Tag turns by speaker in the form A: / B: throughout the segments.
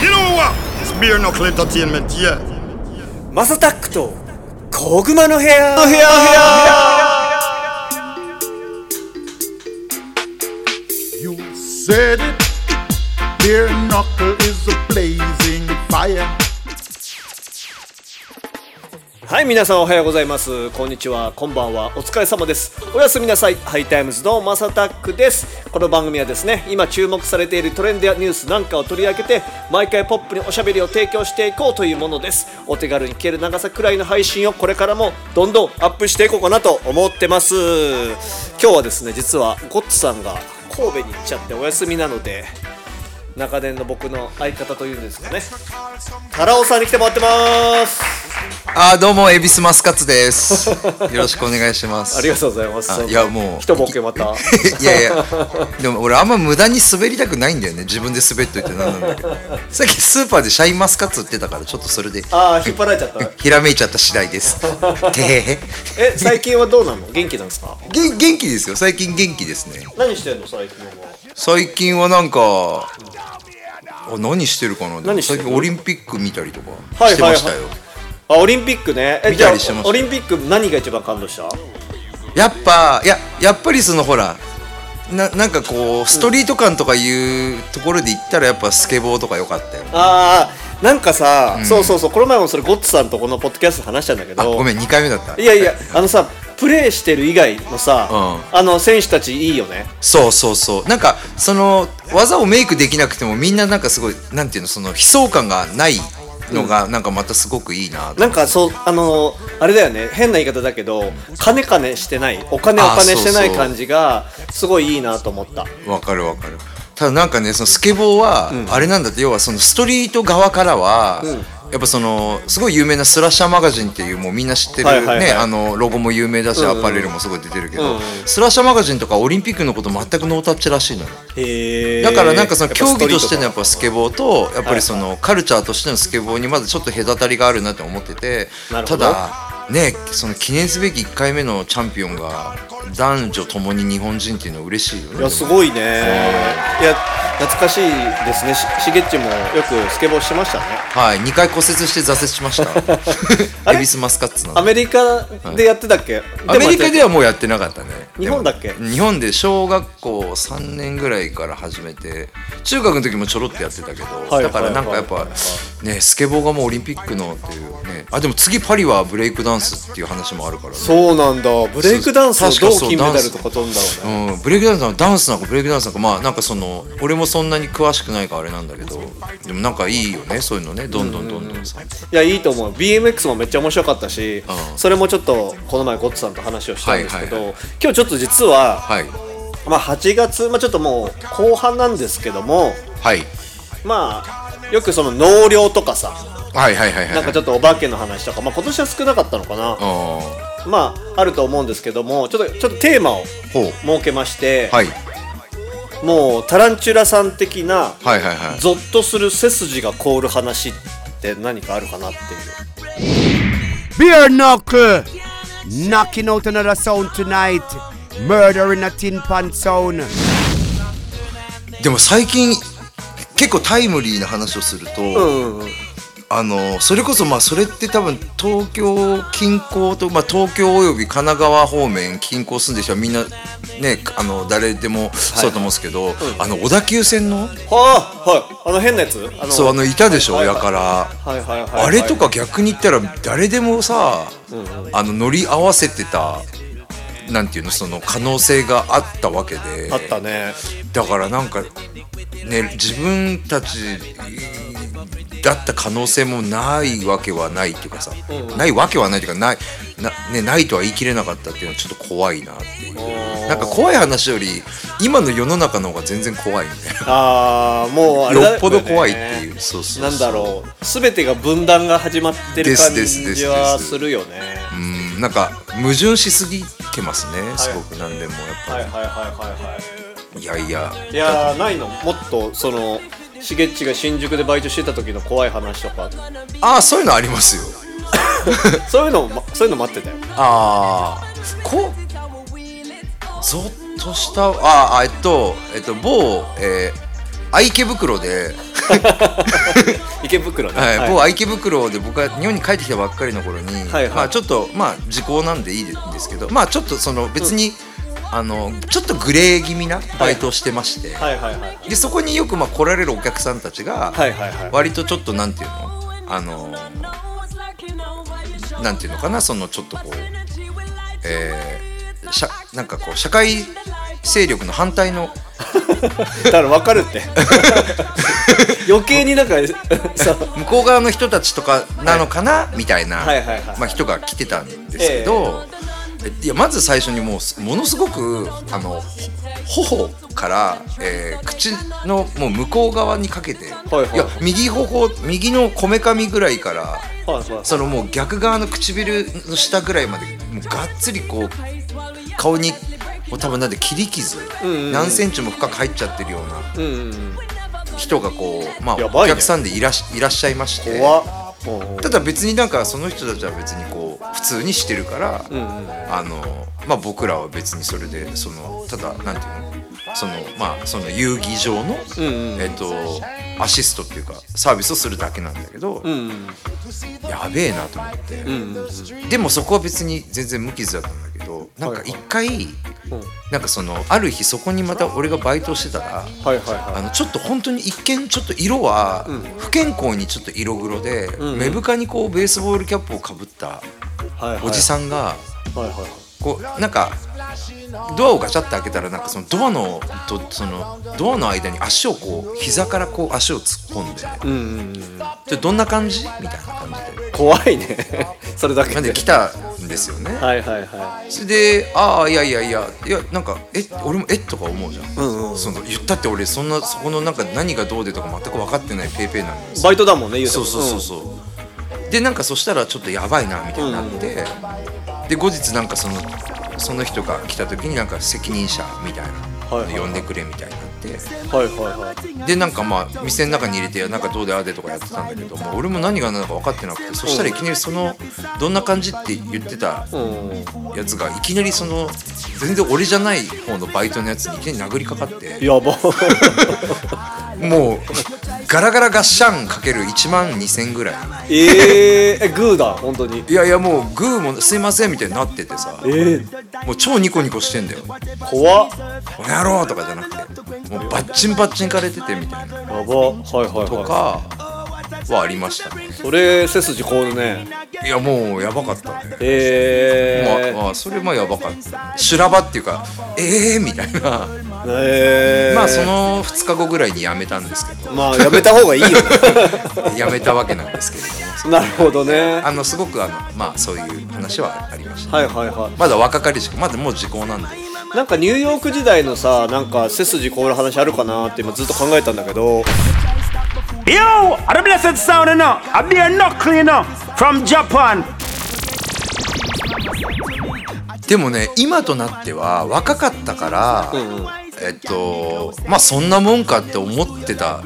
A: You know what? It's beer knuckle entertainment, yeah.
B: マサタックと小熊の部屋の部屋
C: You said it. Beer knuckle is a blazing fire.
B: はい皆さんおはようございますこんにちはこんばんはお疲れ様ですおやすみなさいハイタイムズのマサタックですこの番組はですね今注目されているトレンドやニュースなんかを取り上げて毎回ポップにおしゃべりを提供していこうというものですお手軽に聞ける長さくらいの配信をこれからもどんどんアップしていこうかなと思ってます今日はですね実はゴッツさんが神戸に行っちゃってお休みなので中年の僕の相方というんですかねタラオさんに来てもらってます
D: あーどうもエビスマスカッ ツです。よろしくお願いします。
B: ありがとうございます。
D: あいやもう
B: 一ボケまた。
D: いやいやでも俺あんま無駄に滑りたくないんだよね自分で滑っといてなんなんだ けどさっきスーパーでシャインマスカッツ売ってたからちょっとそれで
B: ああ、引っ張られちゃった。
D: ひらめいちゃった次 第ですてへへ
B: え、最近はどうなの元気なんですか
D: げ元気ですよ最近元気ですね
B: 何してんの最近は。
D: 最近はなんかあ何してるかなでも
B: 何して
D: 最
B: る
D: 近オリンピック見たりとか
B: はい
D: してましたよ
B: あ、オリンピックね。え、
D: 見たりしてました
B: オリンピック何が一番感動した
D: やっぱいややっぱりそのほらななんかこうストリート感とかいうところで言ったらやっぱスケボーとか良かったよ
B: ああ、なんかさ、そうそうそう、この前もそれゴッツさんとこのポッドキャストで話したんだけ
D: あ
B: ど。
D: ごめん2回目だった
B: いやいや、あのさ、プレーしてる以外のさ、
D: う
B: あの選手たちいいよね。
D: そうそうそうなんかその技をメイクできなくてもみんななんかすごいなんていうのその悲壮感がないのがなんかまたすごくいいなと、
B: なんかそうあのあれだよね変な言い方だけど金金してないお金お
D: あー
B: 金してな
D: そ
B: いう
D: そう
B: 感じがすごいいいなと思った
D: わかるわかるただなんかねそのスケボーはあれなんだって、要はそのストリート側からは、やっぱそのすごい有名なスラッシャーマガジンっていうもうみんな知ってる、
B: はいはいはい
D: ねあのロゴも有名だし、
B: うんうん
D: アパレルもすごい出てるけど、
B: うん
D: スラッシャーマガジンとかオリンピックのこと全くノータッチらしいのよ
B: へー
D: だからなんかその競技としての
B: や
D: や
B: っ
D: っぱスケボーとやっぱりそのカルチャーとしてのスケボーにまだちょっと隔たりがあるなって思ってて
B: なるほ
D: た
B: ど
D: だねその記念すべき1回目のチャンピオンが男女ともに日本人っていうのは嬉しいよね
B: ぱいやすごいねいや懐かしいですねししげっちもよくスケボーしてましたね
D: はい2回骨折して挫折しました
B: あれ
D: 恵比寿マスカッツの
B: アメリカでやってたっけ、
D: アメリカで
B: は
D: はもうやってなかったね
B: 日本だっけ
D: でも日本で小学校3年ぐらいから始めて中学の時もちょろっとやってたけど、
B: い
D: だからなんかやっぱ、ねスケボーがもうオリンピックのっていうねあでも次パリはブレイクダンスっていう話もあるからね
B: そうなんだブレイクダンスの
D: そ
B: ど
D: う確
B: う
D: かそう
B: 金メダルとか取んだろうね
D: うん、ブレイクダンスのダンスなんかブレイクダンスなんかまあなんかその俺もそんなに詳しくないからあれなんだけどでもなんかいいよねそういうのねどんどんどんどんさ、
B: いやいいと思う BMX もめっちゃ面白かったし、
D: うん
B: それもちょっとこの前ゴッツさんと話をしたんですけど、
D: はいはい
B: 今日ちょっと実は、
D: はい
B: まあ、8月、まあ、ちょっともう後半なんですけども
D: はい
B: まあよくその納涼とかさ
D: はいはいはいはい
B: なんかちょっとお化けの話とか、まあ、今年は少なかったのかな、
D: あ
B: まああると思うんですけどもちょっとちょっとテーマを
D: ーほう
B: 設けまして、
D: はい
B: もうタランチュラさん的な
D: はいはいはい
B: ゾッとする背筋が凍る話って何かあるかなっていう
E: Beer knuckle. Knocking out another sound tonight. Murdering a tin pan sound.
D: でも最近結構タイムリーな話をすると、
B: うんうんうん
D: あのそれこそまあそれって多分東京近郊と、まあ、東京および神奈川方面近郊住んでる人はみんなねあの誰でもそうだと思うんですけど、あの小田急線の
B: はあはいあの変なやつあの
D: そうあのいたでしょ
B: はい
D: 親
B: はい
D: から、
B: はいはいはいはい
D: あれとか逆に言ったら誰でもさ、あの乗り合わせてたなんていうのその可能性があったわけで
B: あったね
D: だからなんかね自分たちだった可能性もないわけはないっていうかさ、ないわけはないっていうかないな,、ね、ないとは言い切れなかったっていうのはちょっと怖いなっていうなんか怖い話より今の世の中の方が全然怖いみ たい
B: ああもうあ
D: な
B: れだよ
D: よ
B: ね
D: っぽど怖いっていうそうそうそ
B: な
D: う
B: んだろう全てが分断が始まってる
D: です
B: 感
D: ですです
B: じはするよね
D: うんなんか矛盾しすぎてますねすごく何でもやっぱ
B: はい
D: り、
B: はいはいはい
D: い、やいや
B: はいいやーないのもっとそのしげっちが新宿でバイトしてた時の怖い話と か
D: ああそういうのありますよ
B: そういうのまそういうの待ってたよ
D: ああこゾッとしたああえっとえっと某、えー、あ池袋で
B: 池袋ね、
D: はい
B: はい
D: 某池袋で僕が日本に帰ってきたばっかりの頃に、
B: はいはい
D: まあ、ちょっとまあ時効なんでいいんですけどまあちょっとその別に、あのちょっとグレー気味なバイトをしてまして、
B: はいはいはい
D: でそこによくまあ来られるお客さんたちが、
B: はいはいはい
D: 割とちょっとなんていうのあのなんていうのかなそのちょっとこうえー、しゃなんかこう社会勢力の反対の
B: だから分かるって 余計になんかさ
D: 向こう側の人たちとかなのかな、みたいな、
B: はいはいはい
D: まあ、人が来てたんですけど、えいやまず最初にもうものすごくあのほ頬から、えー口のもう向こう側にかけて、
B: はいはい
D: や右頬右のこめかみぐらいから
B: はいはい
D: そのもう逆側の唇の下ぐらいまでもうがっつりこう顔にもう多分なんで切り傷、
B: んうんうん
D: 何センチも深く入っちゃってるような
B: うんうんうん
D: 人がこう、まあ
B: やばいね
D: お客さんでいらしいらっしゃいまして。
B: 怖っうん
D: ただ別になんかその人たちは別にこう普通にしてるから、あのまあ僕らは別にそれでそのただなんていうのそのまあその遊技場の、
B: ん
D: えっとアシストっていうかサービスをするだけなんだけど、
B: うん
D: やべえなと思って、
B: うんうん
D: でもそこは別に全然無傷だったんだけどなんか一回、なんかそのある日そこにまた俺がバイトしてたら。
B: はいはいは
D: あのちょっと本当に一見ちょっと色は不健康にちょっと色黒で、目深にこうベースボールキャップをかぶった
B: いはいはい
D: おじさんが
B: はいはいはい
D: こうなんかドアをガチャって開けたらなんかそのドアのとそのドアの間に足をこう膝からこう足を突っ込んで
B: うんうんうん
D: でどんな感じみたいな感じで。
B: 怖いねそれだけ
D: なんで来たんですよね、
B: はいはいは
D: それで「ああいやいやいやいやなんかえ俺もえっ?」とか思うじゃん,、その言ったって俺そんなそこのなんか何がどうでとか全く分かってないペイペイなのに
B: いバイトだもんね言うて
D: そ
B: も
D: うそうそうそう、でなんかそしたらちょっとやばいなみたいになって、で後日なんかそのその人が来た時になんか責任者みたい
B: はいはい
D: な呼んでくれみたいになって
B: うんはいはいはい
D: でなんかまあ店の中に入れてなんかどうでああでとかやってたんだけどもう俺も何が何だか分かってなくてそしたらいきなりそのどんな感じって言ってた
B: う
D: やつがいきなりその全然俺じゃない方のバイトのやつにいきなり殴りかかって
B: んやば
D: もうガラガラガッシャンかける1万2000ぐらい。
B: えー、えグーだ本当に
D: いやいやもうグーもすいませんみたいになっててさ
B: え
D: もう超ニコニコしてんだよ
B: 怖っ
D: 「おやろう」とかじゃなくてもうバッチンバッチンかれててみたいな
B: やばはいはい
D: と
B: は
D: かはありましたね
B: いそれ背筋凍るね
D: いやもうやばかったね
B: えー
D: まあ、それもやばかった修羅場っていうかええー、みたいな
B: えー、
D: まあその2日後ぐらいにやめたんですけど
B: まあやめた方がいいよ
D: やめたわけなんですけれども
B: なるほどね
D: あのすごくあのまあそういう話はありました、
B: はいはいは
D: まだ若かりしくまだもう時効なんで
B: いなんかニューヨーク時代のさなんか背筋凍る話あるかなって今ずっと考えたんだけど
F: Yo, I the blessed sound you know. I be a knuckle you know, from Japan.
D: でもね今となっては若かったから、えっとまあそんなもんかって思ってた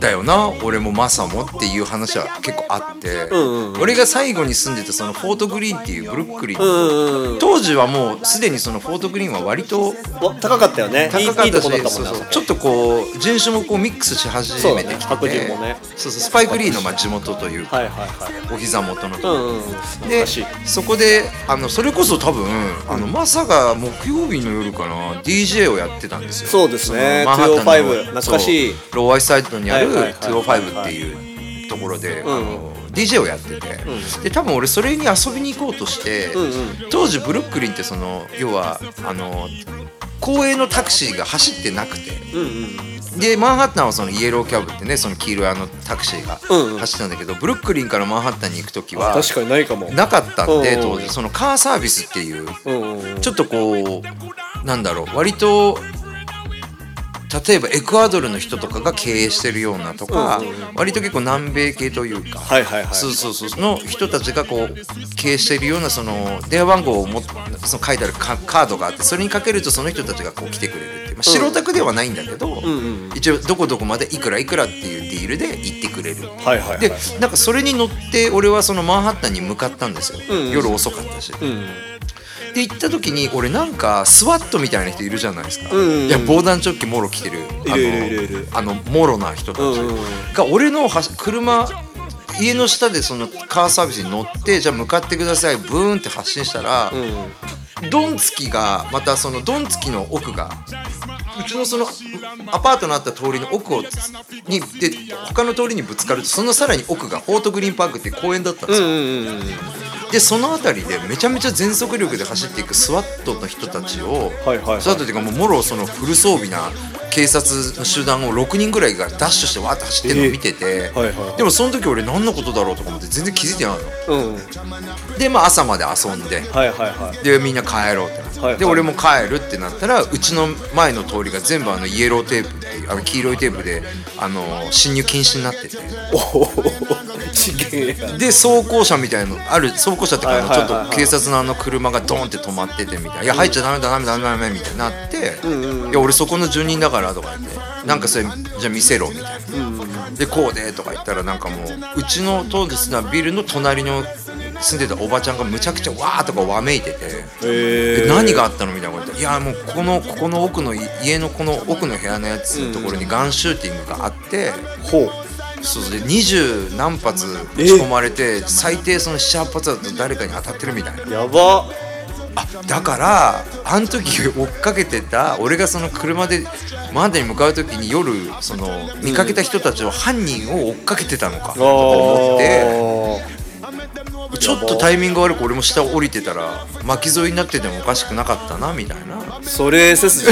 D: だよな俺もマサもっていう話は結構あって、俺が最後に住んでたそのフォートグリーンっていうブルックリン、当時はもうすでにそのフォートグリーンは割と
B: わ高かったよねいい
D: 高か
B: い
D: っ
B: いと
D: た
B: こ
D: し
B: だったも
D: そ
B: ん
D: う
B: ね
D: そうちょっとこう人種もこうミックスし始めてき
B: そうだ
D: て、
B: ね白人もね
D: そうそうスパイク・リーのまあ地元というか、
B: はいはいはい
D: お膝元のとこ
B: うんうんうん懐
D: で
B: かしい
D: そこであのそれこそ多分あのマサが木曜日の夜かな DJ をやってたんですよ
B: そうですね
D: そのマンハッタンの
B: 205懐かしい
D: そうローアイサイドにある
B: はいはいはいはい
D: 205っていうところ
B: ん
D: で、あの DJ をやってて、で多分俺それに遊びに行こうとして、当時ブルックリンってその要はあの公営のタクシーが走ってなくて、でマンハッタンはそのイエローキャブってねその黄色いあのタクシーが
B: うんうん
D: 走ってたんだけど、ブルックリンからマンハッタンに行く時は
B: 確かにないかも
D: なかったんで
B: うんうん
D: 当時そのカーサービスっていう
B: うんうんうん
D: ちょっとこうなんだろう割と例えばエクアドルの人とかが経営してるようなとか割と結構南米系というか
B: はいはいはい
D: そうそうそうの人たちがこう経営しているようなその電話番号をもその書いてあるカカードがあってそれにかけるとその人たちがこう来てくれるっていう、まあ、白タクではないんだけど、一応どこどこまでいくらいくらっていうディールで行ってくれる、
B: はいはいはい
D: でなんかそれに乗って俺はそのマンハッタンに向かったんですよ、夜遅かったし、でで行った時に俺なんかスワットみたいな人いるじゃないですか、いや防弾チョッキもろ着てるあの
B: いるいるいるいる
D: あのもろな人たちが俺のはし車家の下でそのカーサービスに乗ってじゃあ向かってくださいブーンって発進したら、ドンツキがまたそのドンツキの奥がうちのそのアパートのあった通りの奥をにで他の通りにぶつかるとそのさらに奥がフォートグリーンパークっていう公園だったんですよ、でその辺りでめちゃめちゃ全速力で走っていくスワットの人たちを、
B: はいはいはい
D: スワットっていうかもうもろそのフル装備な警察の集団を6人ぐらいがダッシュしてわーって走ってるのを見てて、
B: はいはい
D: でもその時俺何のことだろうとか思って全然気づいてないの
B: うん
D: でまあ朝まで遊んで
B: はいはいはい
D: でみんな帰ろうってなって、
B: はいはい
D: で俺も帰るってなったらうちの前の通りが全部あのイエローテープっていうあの黄色いテープであの侵入禁止になってて
B: おお事件や
D: で走行車みたいのある走行車っていうかあの
B: はい
D: ち
B: は
D: ょ
B: いはいは
D: っ
B: い
D: と警察のあの車がドーンって止まっててみたいな「いや入っちゃダメだダメだダメだダメだ」みたいになって「いや俺そこの住人だから」とか言って「なんかそれじゃあ見せろ」みたいな「でこうで」とか言ったらなんかもううちの当時のビルの隣の住んでたおばちゃんがむちゃくちゃわーとかわめいてて。え何があったのみたいなこと言っていやもうここのここの奥のい家のこの奥の部屋のやつのところにガンシューティングがあって、
B: ほう
D: そうそうで20何発打ち込まれて最低その78発だと誰かに当たってるみたいな
B: やば
D: だからあの時追っかけてた俺がその車でマンデに向かう時に夜その見かけた人たちを犯人を追っかけてたのかとか思って
B: お
D: ちょっとタイミング悪く俺も下降りてたら巻き添えになっててもおかしくなかったなみたいな
B: それ背筋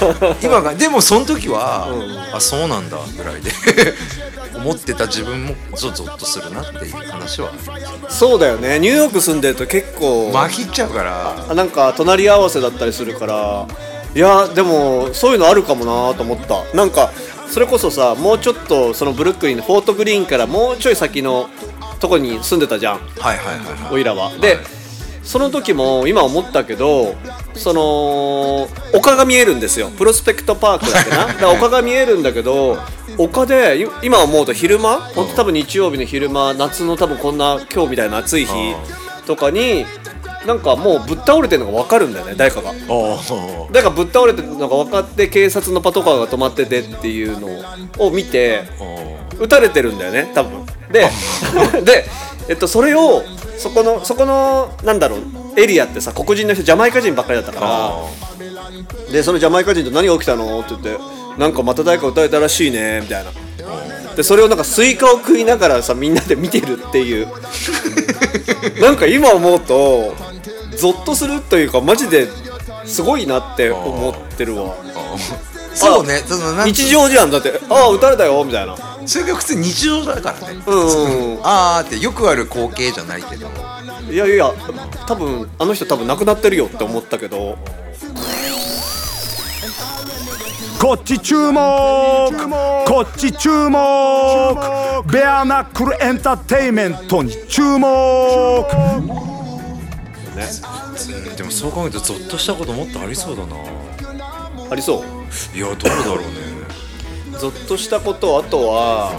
B: と
D: 今がでもその時は、あそうなんだぐらいで 思ってた自分もゾゾッとするなっていう話は
B: そうだよねニューヨーク住んでると結構
D: まひっちゃうから。
B: あなんか隣り合わせだったりするからいやでもそういうのあるかもなと思ったなんかそれこそさもうちょっとそのブルックリンのフォートグリーンからもうちょい先のとこに住んでたじゃん
D: はいはいはいはい
B: おいらはでその時も今思ったけどその丘が見えるんですよプロスペクトパークだってなだから丘が見えるんだけど丘でい今思うと昼間ほんと多分日曜日の昼間夏の多分こんな今日みたいな暑い日とかになんかもうぶっ倒れてるのが分かるんだよね誰かが
D: お
B: だからぶっ倒れてるのが分かって警察のパトカーが止まっててっていうのを見て撃たれてるんだよね多分で で、えっと、それをそこのそこのなんだろうエリアってさ黒人の人ジャマイカ人ばっかりだったからでそのジャマイカ人と何が起きたのって言ってなんかまた誰か撃たれたらしいねみたいなでそれをなんかスイカを食いながらさみんなで見てるっていう なんか今思うとゾッとするというかマジですごいなって思ってるわ
D: そうねそのなん
B: 日常じゃんだってああ撃たれたよみたいな
D: それが普通に日常だからね
B: うん
D: あーってよくある光景じゃないけど
B: いやいや多分あの人多分亡くなってるよって思ったけど
F: こっち注目こっち注目ベアナックルエンターテイメントに注目
D: でもそう考えるとゾッとしたこともっとありそうだな
B: ありそ
D: いやどうだろうね
B: うゾッとしたことあとは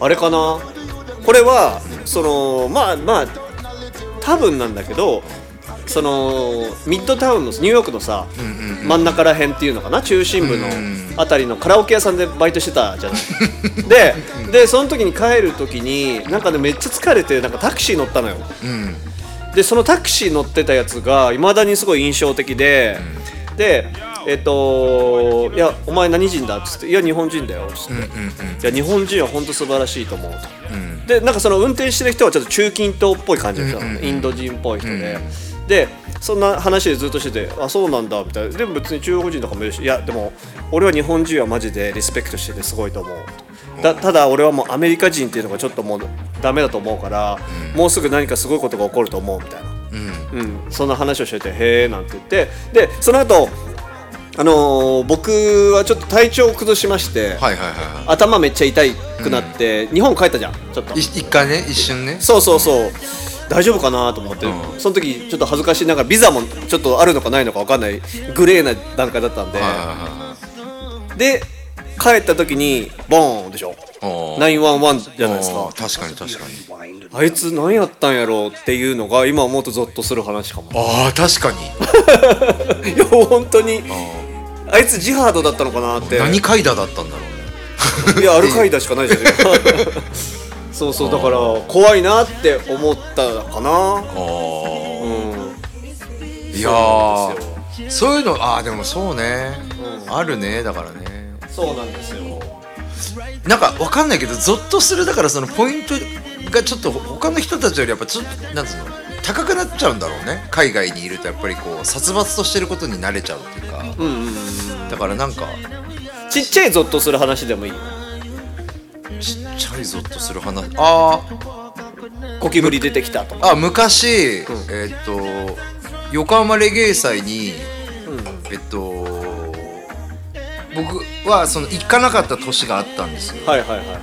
B: あれかなこれはそのまあまあ多分なんだけどそのミッドタウンのニューヨークのさ、真ん中ら辺っていうのかな中心部のあたりのカラオケ屋さんでバイトしてたじ ゃないででその時に帰る時になんかねめっちゃ疲れてなんかタクシー乗ったのよ、でそのタクシー乗ってたやつがいまだにすごい印象的で、でえっと「いやお前何人だ?」っつって「いや日本人だよ」っつって、いや日本人は本当素晴らしいと思う」と。でなんかその運転してる人はちょっと中近東っぽい感じの人なの、インド人っぽい人で、でそんな話でずっとしてて「あそうなんだ」みたいなでも別に中国人とかもいるし「いやでも俺は日本人はマジでリスペクトしててすごいと思う」だただ俺はもうアメリカ人っていうのがちょっともうダメだと思うから、もうすぐ何かすごいことが起こると思うみたいな、うんそんな話をしてて「へえ」なんて言ってでその後あのー僕はちょっと体調を崩しまして、
D: はいはいは
B: 頭めっちゃ痛くなって、日本帰ったじゃんちょっと
D: いい一回ね一瞬ね
B: そうそうそう大丈夫かなと思って、
D: うん
B: その時ちょっと恥ずかしいながらビザもちょっとあるのかないのか分かんないグレーな段階だったんで、
D: はいはいはい
B: で帰った時にボーンでしょ
D: おー
B: 911じゃないです
D: あ
B: か
D: ー確かに確かに
B: あいつ何やったんやろうっていうのが今思うとゾッとする話かも
D: ああ確かに
B: いや本当にあいつジハードだったのかなって
D: 何階ダだったんだろうね
B: いやアルカイダしかないじゃん そうそうだから怖いなって思ったかな
D: ああ
B: うん
D: いやーそういうのああでもそうね、あるねだからね
B: そうなんですよ
D: なんかわかんないけどゾッとするだからそのポイントがちょっと他の人たちよりやっぱちょっとなんつうの高くなっちゃうんだろうね海外にいるとやっぱりこう殺伐としてることに慣れちゃうっていうか、だからなんか
B: ちっちゃいゾッとする話でもいい
D: ちっちゃいゾッとする話あー
B: ゴキブリ出てきたとか
D: あ昔、えーっと横浜レゲエ祭に、えっと僕はその行かなかった年があったんですよ
B: はいはいはいはい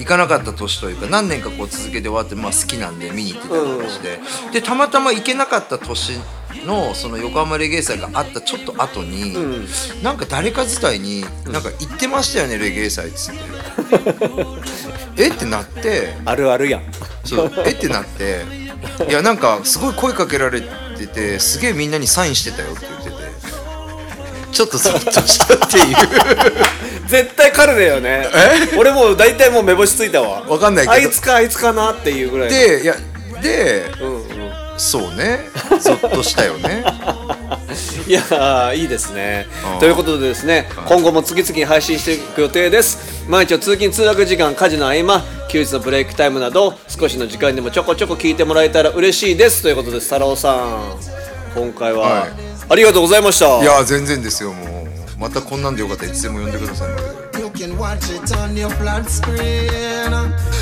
D: 行かなかった年というか何年かこう続けて終わって、まあ、好きなんで見に行ってたりとかして、でたまたま行けなかった年のその横浜レゲエ祭があったちょっと後に、なんか誰か伝いに「なんか行ってましたよねレゲエ祭」っつって「えっ?」てなって
B: あるあるやん
D: そうえってなっていやなんかすごい声かけられててすげえみんなにサインしてたよって言っててちょっとゾッとしたっていう
B: 絶対彼だよね俺もう大体もう目星ついたわ
D: わかんないけど
B: あいつかあいつかなっていうぐらいの
D: でいやで
B: うんうん
D: そうねゾッとしたよね
B: いやーいいですね
D: うん。
B: ということでですね、今後も次々に配信していく予定です。毎日の通勤通学時間、家事の合間、休日のブレイクタイムなど、少しの時間でもちょこちょこ聞いてもらえたら嬉しいです。ということで、太郎さん、今回は、
D: はい
B: ありがとうございました。
D: いや全然ですよもうまたこんなんでよかったらいつでも呼んでください
G: You can watch it on your flat screen.